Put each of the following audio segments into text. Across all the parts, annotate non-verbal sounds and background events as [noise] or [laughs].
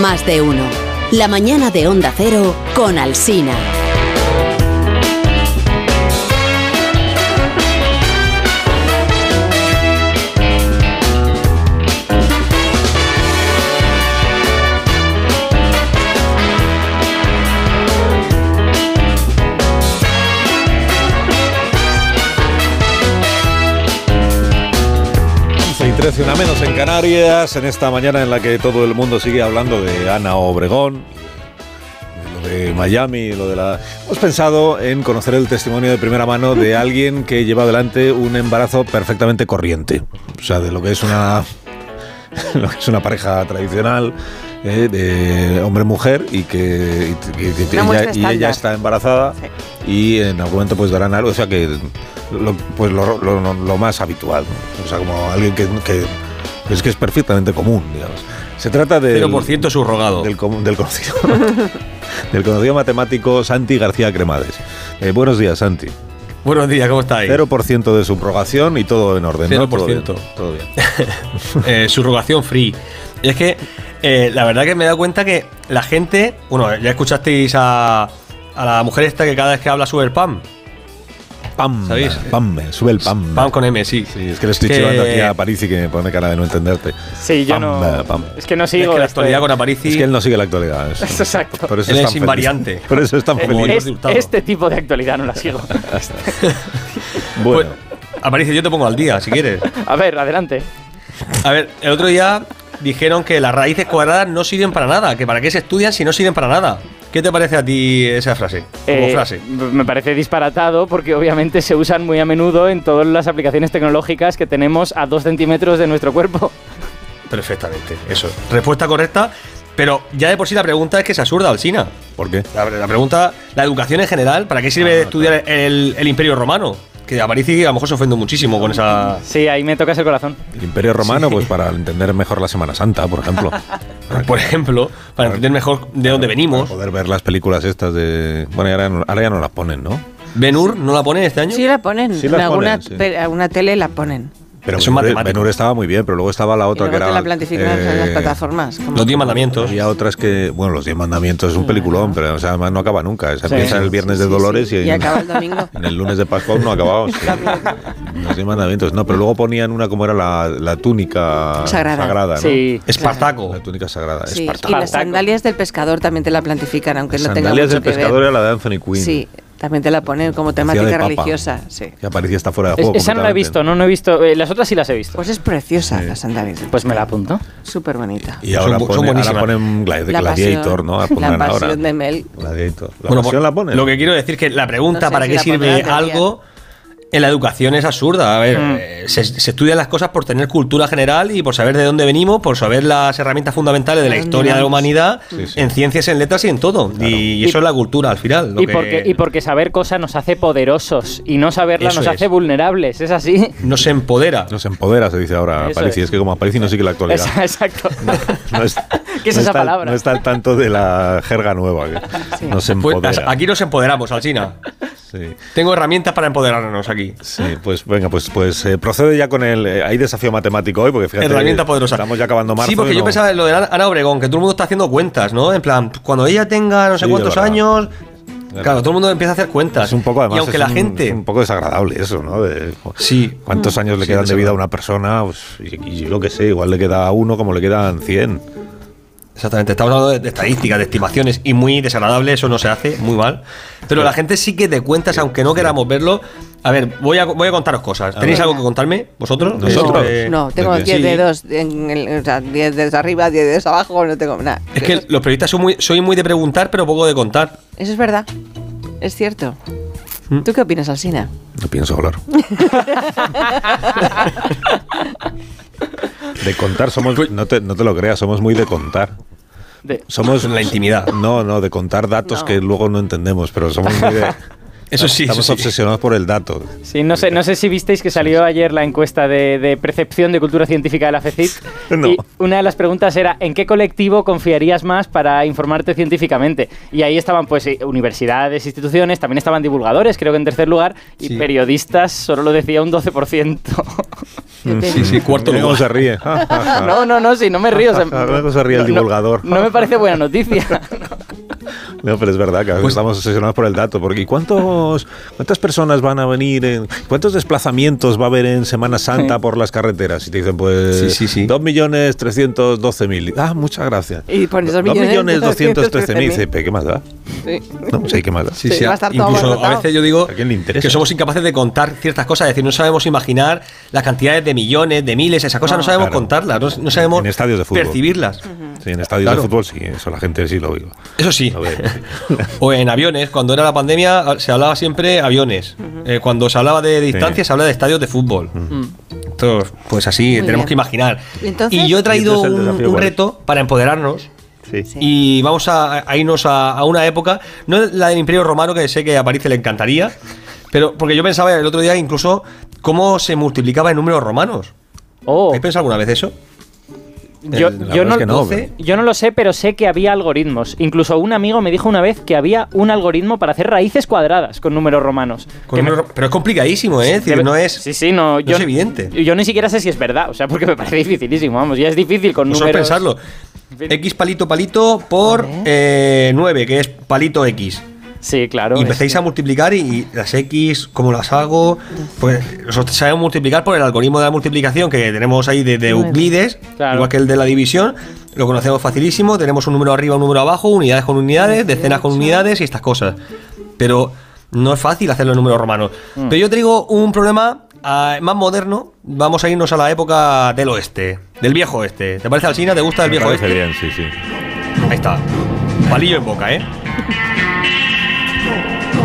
más de uno. La mañana de Onda Cero con Alsina. y 13, una menos en Canarias, en esta mañana en la que todo el mundo sigue hablando de Ana Obregón, de lo de Miami, lo de la... Hemos pensado en conocer el testimonio de primera mano de alguien que lleva adelante un embarazo perfectamente corriente, o sea, de lo que es una, [laughs] lo que es una pareja tradicional. eh, de hombre-mujer y que y- y- y- Una muestra ella, y ella estándar. está embarazada y en algún momento pues darán algo, o sea que lo, pues lo, lo- lo más habitual, ¿no? o sea como alguien que, que es que es perfectamente común, digamos. Se trata del, 0% subrogado. del, com- del conocido del conocido matemático Santi García Cremades. Eh, buenos días, Santi. Buenos días, ¿cómo estáis? 0% de subrogación y todo en orden, ¿no? Todo bien, 0%. todo bien. Eh, subrogación free. Y es que eh, la verdad que me he dado cuenta que la gente. Bueno, ya escuchasteis a, a la mujer esta que cada vez que habla sube el PAM. Pam, ¿Sabéis? pam, sube el pam. PAM con M, sí. Sí, es que le estoy Que- chivando aquí a París y que me pone cara de no entenderte. Sí, yo Pam, eh, no. pam. Es que no Es sigo. que la este- actualidad con Aparici. Es que él no sigue la actualidad. es- Es exacto. Por eso Él es es tan feliz. invariante. [laughs] Por eso es tan Eh, como feliz. Dios es- Hurtado. este tipo de actualidad no [laughs] la sigo. Bueno, Pues, Aparici, yo te pongo al día, si quieres. A ver, adelante. A ver, el otro día dijeron que las raíces cuadradas no sirven para nada, que para qué se estudian si no sirven para nada. ¿Qué te parece a ti esa frase? Como Eh, frase. m- Me parece disparatado porque obviamente se usan muy a menudo en todas las aplicaciones tecnológicas que tenemos a dos centímetros de [laughs] nuestro cuerpo. Perfectamente, eso. Respuesta correcta, pero ya de por sí la pregunta es que es absurda, Alsina. ¿por qué? La, la pregunta, la educación en general, ¿para qué sirve estudiar el, el Imperio Romano? Que a París a lo mejor se ofende muchísimo con esa... Sí, ahí me tocas el corazón. El Imperio Romano, pues para entender mejor la Semana Santa, por ejemplo. Para Por ejemplo, para entender mejor de dónde venimos. Poder ver las películas estas de. Bueno, y ahora, no- ahora ya no las ponen, ¿no? ¿Benur no la ponen este año? Sí la ponen, Sí en las alguna, ponen, sí. pe- alguna tele la ponen. Pero Es un Benur- matemático. Benur estaba muy bien, pero luego estaba la Y otra luego que era. te la plantifican en las eh, plataformas. como- Los diez mandamientos. Había otras que. Bueno, los Diez Mandamientos es un peliculón, pero o sea, además no acaba nunca. Esa Sí. empieza el Viernes de Sí, sí, Dolores sí. y, en- Y acaba el domingo. [laughs] En el lunes de Pascua aún no acabamos. Los Diez Mandamientos, no, pero luego ponían una como era la, la túnica sagrada, Sagrada. ¿no? Sí. Espartaco. La túnica sagrada. Sí, Espartaco. y las Espartaco. sandalias del pescador también te la plantifican, aunque no tenga Sandalias mucho del que pescador ver. era la de Anthony Quinn. Sí, también te la ponen como Hacía de temática papa. religiosa. Sí. Que aparecía hasta fuera de Es- juego. esa no la he visto, completamente. no, no he visto. eh, las otras sí las he visto. Pues es preciosa la sandalia. Pues me la apunto. Súper bonita. Y ahora, Son bu- son ponen, ahora buenísimas. ponen Gladi- La Gladiator, pasión- ¿no? La la ponen pasión ahora. de Mel. Gladiator. La Bueno, pasión por- la ponen. Lo que quiero decir que la pregunta No sé para si qué la sirve pondrán, deberían. algo en la educación es absurda. A ver, Mm. eh, se, se estudian las cosas por tener cultura general y por saber de dónde venimos, por saber las herramientas fundamentales de la ¿A dónde historia de la vamos? humanidad, Sí, sí. en ciencias, en letras y en todo. Y, eso es la cultura al final. lo Y que- porque, y porque saber cosas nos hace poderosos y no saberla Eso nos es. hace vulnerables, ¿es así? no se empodera. Nos empodera, se dice ahora, Eso Aparici. es. Es que como Aparici no sigue la actualidad. [laughs] [laughs] Esa- Exacto. [laughs] No es, ¿Qué es no esa está- palabra? No está al tanto de la jerga nueva. que Sí. Nos Pues, empodera. aquí nos empoderamos, Alcina. Sí. Tengo herramientas para empoderarnos aquí. Sí, pues venga, pues, pues eh, procede ya con el. eh, hay desafío matemático hoy, porque fíjate. eh, Herramienta poderosa. Estamos ya acabando marzo. Sí, porque y yo no- pensaba en lo de Ana Ana Obregón, que todo el mundo está haciendo cuentas, ¿no? En plan, cuando ella tenga no sé Sí, cuántos de verdad. años. verdad. Claro, todo el mundo empieza a hacer cuentas. Es un poco además. Y aunque es la un- gente. es un poco desagradable eso, ¿no? De, jo, Sí. Mm. ¿Cuántos años le Sí, quedan de desagradable. vida a una persona? Pues, y, y yo lo que sé, igual le queda a uno como le quedan 100. Exactamente, estamos hablando de, de estadísticas, de estimaciones y muy desagradable, eso no se hace, muy mal. Pero la gente sí que te cuentas, aunque no queramos verlo. A ver, voy a, voy a contaros cosas. ¿Tenéis algo que contarme? ¿Vosotros? Nosotros. Eh, No, tengo Sí. 10 dedos, en el- o sea, 10 dedos arriba, 10 dedos abajo, no tengo nada. Es que los periodistas son muy, soy muy de preguntar, pero poco de contar. Eso es verdad, es cierto. Mm. ¿Tú qué opinas, Alsina? No pienso hablar. [laughs] de contar Pues somos. No te, no te lo creas, somos muy de contar. De- Somos. En la intimidad. No, no, de contar datos No. que luego no entendemos, pero somos muy de. [laughs] Eso sí, Estamos eso sí. obsesionados por el dato. Sí, no sé, no sé si visteis que salió ayer la encuesta de, de percepción de cultura científica de la FECIT. [laughs] No. Y una de las preguntas era, ¿en qué colectivo confiarías más para informarte científicamente? Y ahí estaban pues eh, universidades, instituciones, también estaban divulgadores, creo que en tercer lugar, y Sí. periodistas, solo lo decía un 12%. yo te Sí, sí, cuarto Mira cómo lugar. se ríe. [laughs] [laughs] No, no, no, sí, no me río. o sea, Una cosa ríe el no- no- divulgador. No, me parece [laughs] buena noticia. No, pero es verdad que Pues- estamos obsesionados por el dato. Porque ¿y cuántos, ¿cuántas personas van a venir? En, ¿Cuántos desplazamientos va a haber en Semana Santa por las carreteras? Y te dicen, pues, Sí, sí, sí. 2.312.000. Ah, muchas gracias. Y por esos 2.213.000. Dice, 2.213.000. "Pe, ¿qué más da? Sí. No, sí, ¿qué más da? Sí, Sí, sí, va a estar todo incluso a maltratado. veces yo digo ¿A quién le interesa? que somos incapaces de contar ciertas cosas, es decir, no sabemos imaginar las cantidades de millones, de miles, esas cosas no, sabemos Ah, Claro. contarlas, no, no sabemos En estadios de fútbol. percibirlas. Sí, en estadios Claro. de fútbol sí, eso la gente sí lo oigo. Eso sí. Lo veo, sí. o en aviones, cuando era la pandemia ah, se hablaba siempre aviones. Eh, cuando se hablaba de distancias se hablaba de estadios de fútbol. Esto, pues así, tenemos Mm. bien. que imaginar. ¿Y entonces? yo he traído entonces el un- desafío un cuál es? reto para empoderarnos. Sí. Y vamos a, a irnos a, a una época, no la del Imperio Romano, que sé que a París le encantaría, pero porque yo pensaba el otro día incluso cómo se multiplicaba en números romanos. Oh, ¿Habéis pensado alguna vez eso? yo, Eh, La yo verdad no, es que no, doce. yo no lo sé, pero sé que había algoritmos. Incluso un amigo me dijo una vez que había un algoritmo para hacer raíces cuadradas con números romanos. Con Que me- números- Pero es complicadísimo, ¿eh? Es decir, Debe- no es... Sí, sí, no. es evidente. Yo ni siquiera sé si es verdad, o sea, porque me parece dificilísimo, vamos. Ya es difícil con Vosotros números. pensarlo. fin. X palito palito por eh, 9, que es palito X. Sí, claro. Y es- empecéis a multiplicar y, y las X, ¿cómo las hago? Pues nosotros sabemos multiplicar por el algoritmo de la multiplicación que tenemos ahí de, de Euclides, Claro. igual que el de la división. Lo conocemos facilísimo, tenemos un número arriba, un número abajo, unidades con unidades, decenas con unidades y estas cosas. Pero no es fácil hacer los números romanos. Mm. Pero yo traigo un problema ah, más moderno. Vamos a irnos a la época del oeste, del viejo oeste. ¿Te parece, Alcina? ¿Te gusta el Me viejo parece oeste? bien, sí, sí. Ahí está. Palillo en boca, ¿eh?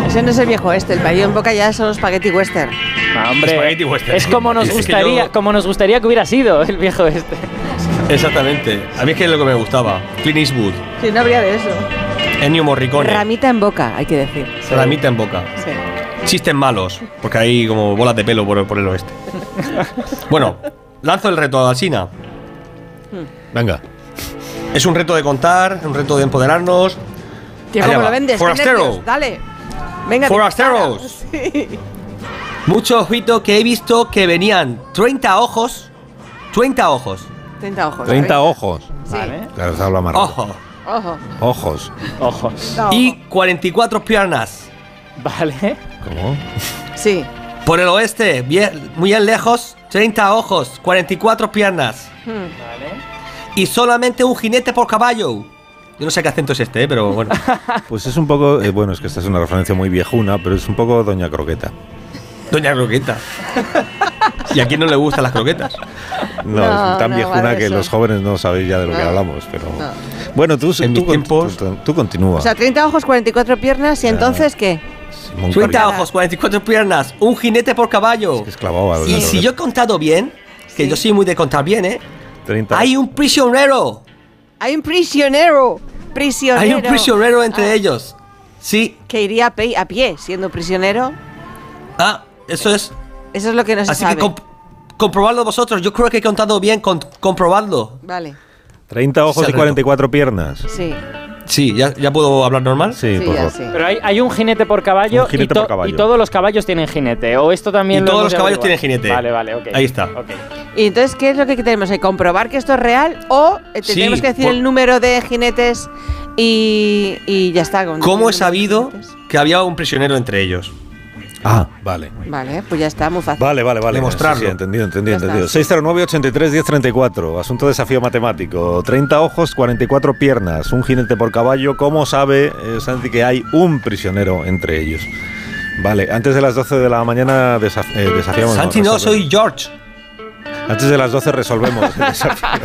Ese no es el viejo este, el país en boca ya son los spaghetti western. Ah, hombre, Spaghetti western. es como nos Es que gustaría, yo- como nos gustaría que hubiera sido el viejo este. [laughs] Exactamente. A mí es que es lo que me gustaba. Clint Eastwood, Sí, no habría de eso. Ennio Morricone, Ramita en boca, hay que decir. Ramita en boca. Sí. Chistes malos, porque hay como bolas de pelo por, por el [laughs] oeste. bueno, lanzo el reto a China. Venga. Es un reto de contar, un reto de empoderarnos. Tío, Allá ¿cómo va. lo vendes? ¿Qué Forastero. nervios? Dale. Venga, Forasteros. Mucho ojito que he visto que venían 30 ojos. 30 ojos. 30 ojos. 30 ¿eh? ojos. Sí. Vale. Claro, se habla más rápido. Ojo. Ojo. Ojos. Ojos. Da ojo. Y 44 piernas. Vale. ¿Cómo? Sí. Por el oeste, bien, muy al lejos, 30 ojos, 44 piernas. Y solamente un jinete por caballo. Yo no sé qué acento es este, eh, pero bueno. Pues es un poco, eh, bueno, es que esta es una referencia muy viejuna, pero es un poco Doña Croqueta. Doña Croqueta. ¿Y a quién no le gustan las croquetas? No, No, es tan no, viejuna vale, que eso. los jóvenes no sabéis ya de lo que No, hablamos, pero... no. Bueno, tú, tú, En mis con- tiempos- tú- tú continúa. O sea, 30 ojos, 44 piernas y entonces qué? Simón 30 Carrión. ojos, 44 piernas, un jinete por caballo. Es que es clavado a Doña Y si yo he Croqueta. contado bien, que Sí. yo soy muy de contar bien, ¿eh? 30. Hay un prisionero. Hay un prisionero. Prisionero. Hay un prisionero entre Ah, ellos. Sí. Que iría a pie, a pie siendo prisionero. Ah, eso es Eso es lo que no se Así sabe. que comp- comprobadlo vosotros. Yo creo que he contado bien con comprobadlo. vale. 30 ojos Se y retó. 44 piernas. Sí. Sí, ya, ya puedo hablar normal. Sí, Sí, por ya favor. sí. Pero hay, hay un jinete por caballo, Un jinete y to- por caballo. y todos los caballos tienen jinete. O esto Y también. lo todos hemos los de caballos averiguar. tienen jinete. Vale, vale, ok. Ahí está. Ok. Y entonces, ¿qué es lo que tenemos? que ¿Comprobar que esto es real o eh, te Sí, tenemos que decir por- el número de jinetes y, y ya está? con- ¿Cómo he el número de sabido jinetes? que había un prisionero entre ellos? Ah, vale. Vale, pues ya está, muy fácil. Vale, vale, vale. Demostrarlo. Sí, sí, entendido, entendido, Ya está. entendido. 609-83-1034. Asunto desafío matemático. 30 ojos, 44 piernas. Un jinete por caballo. ¿Cómo sabe eh, Santi que hay un prisionero entre ellos? Vale, antes de las 12 de la mañana desaf- eh, desafiamos. Santi, no, resolvemos. soy George. Antes de las 12 resolvemos el [laughs] desafío. [laughs]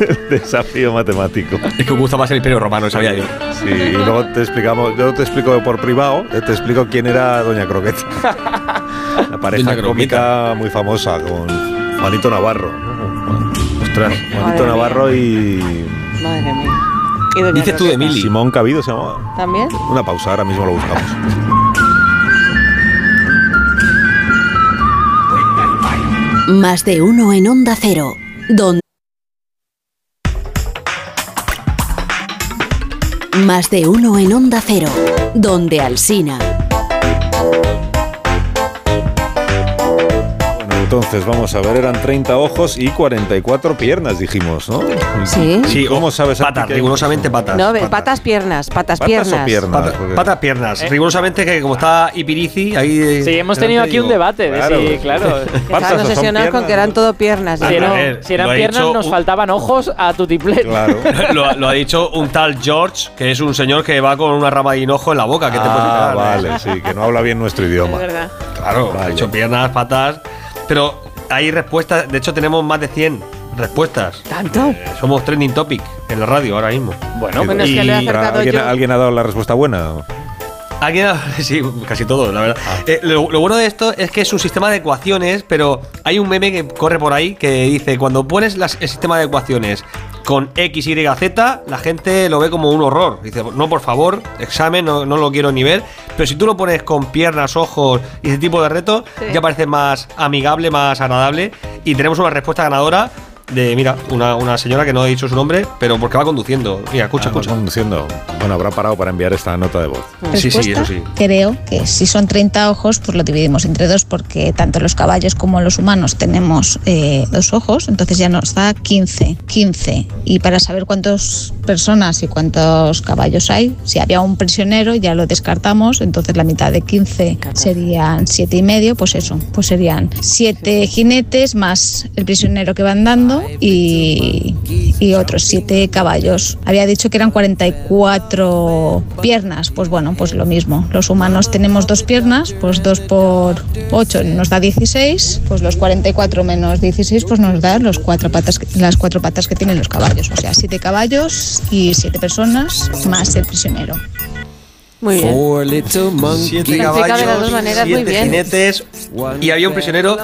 El desafío matemático. Es que me gusta más el Imperio Romano, Ah, sabía yo. Sí, y luego te explicamos, yo te explico por privado, eh, te explico quién era Doña [laughs] Croqueta. La pareja Doña cómica muy famosa con Juanito Navarro. Ostras, Juanito Madre Navarro y Madre mía. ¿Y doña Dices tú de Croqueta? Mili. Simón Cabido se llamaba. ¿También? Una pausa, ahora mismo lo buscamos. Más de uno en Onda Cero. Don. Más de uno en Onda Cero. Donde Alsina. Bueno, Entonces, vamos a ver, eran 30 ojos y 44 piernas, dijimos, ¿no? Sí. Sí, ¿Cómo sabes? Patas, Santi, que- rigurosamente patas. No, ve- patas. patas, Eh. piernas, patas, ¿Patas piernas. o piernas? Patas, Porque- patas, piernas. Rigurosamente que como está Ipirici ahí... eh, Sí, hemos delante, tenido aquí digo, un debate de si, claro. [laughs] Claro. Que Estaban Patas, ¿son obsesionados con piernas? que eran todo piernas. Si yo no. a ver, eran, si eran lo ha piernas, dicho nos un- faltaban ojos a tu tiplete. [laughs] Claro. [laughs] lo, ha- lo ha dicho un tal George, que es un señor que va con una rama de hinojo en la boca. Que te puedes ¿eh? Ah, imaginar, ¿no? vale, sí, que no habla bien nuestro Es idioma. verdad. Claro, Vale. ha hecho piernas, patas. Pero hay respuestas, de hecho tenemos más de 100 respuestas. ¿Tanto? Eh, Somos trending topic en la radio ahora mismo. Bueno, Bueno, es que le he Pero acertado ¿alguien, yo. alguien ha dado la respuesta buena? Alguien ha- [laughs] sí, casi todo, la verdad. Eh, lo, lo bueno de esto es que es un sistema de ecuaciones, pero hay un meme que corre por ahí que dice, cuando pones las- el sistema de ecuaciones con X, Y, Z, la gente lo ve como un horror. Dice, no, por favor, examen, no, no lo quiero ni ver. Pero si tú lo pones con piernas, ojos y ese tipo de retos, Sí. ya parece más amigable, más agradable. Y tenemos una respuesta ganadora de, mira, una, una señora que no he dicho su nombre, pero porque va conduciendo. Mira, escucha, Ah, va escucha. conduciendo. Bueno, habrá parado para enviar esta nota de voz. Sí, sí, respuesta, eso sí. Creo que si son 30 ojos, pues lo dividimos entre dos, porque tanto los caballos como los humanos tenemos eh, dos ojos, entonces ya nos da 15. 15. Y para saber cuántas personas y cuántos caballos hay, si había un prisionero, ya lo descartamos, entonces la mitad de 15 serían siete y medio, pues eso, pues serían siete jinetes más el prisionero que van dando y, y otros siete caballos. Había dicho que eran 44 piernas, pues bueno, pues lo mismo. Los humanos tenemos dos piernas, pues dos por 8 nos da 16, pues los 44 menos 16 pues nos da los cuatro patas, que- las cuatro patas que tienen los caballos, o sea, siete caballos y siete personas más el prisionero. Muy bien. Siete Explica de las dos maneras, muy siete bien. jinetes y había un prisionero.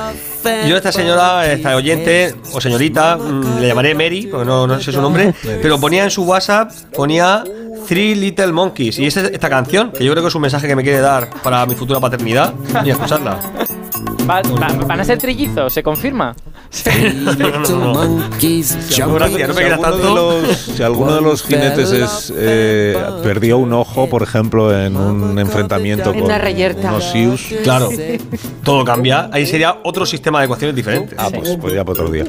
Yo a esta señora, esta oyente o señorita, mm, le llamaré Mary, porque no, no sé su nombre, pero ponía en su WhatsApp, ponía Three Little Monkeys. Y esta, esta canción, que yo creo que es un mensaje que me quiere dar para mi futura paternidad, y escucharla. Va- va- ¿Van a ser trillizos? ¿Se confirma? [laughs] No, no, no, no. Gracias, no me Si quieras alguno de tanto. los- si alguno de [laughs] los jinetes es, eh, perdió un ojo, por ejemplo, en un enfrentamiento En con una reyerta. unos Sius. Claro, todo cambia. Ahí sería otro sistema de ecuaciones diferente. Ah, pues, pues ya para [laughs] otro día.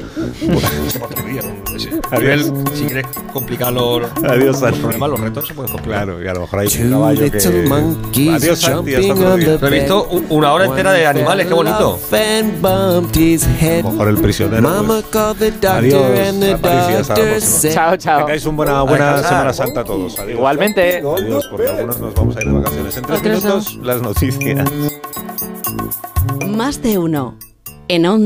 A nivel, si quieres complicar los, Adiós, los Santi. problemas, los retos se pueden complicar. Claro, y a lo mejor hay un caballo que... Adiós, Santi, hasta otro día. Pero he visto un- una hora entera de animales, qué bonito. A lo mejor el prisionero, pues. Adiós, Aparicio, hasta la próxima. Chao, chao. Tengáis una buena, buena descansar. Semana Santa a todos. Adiós. Igualmente. Adiós, porque algunos nos vamos a ir de vacaciones. En tres Otros no. minutos, las noticias. Más de uno. En Onda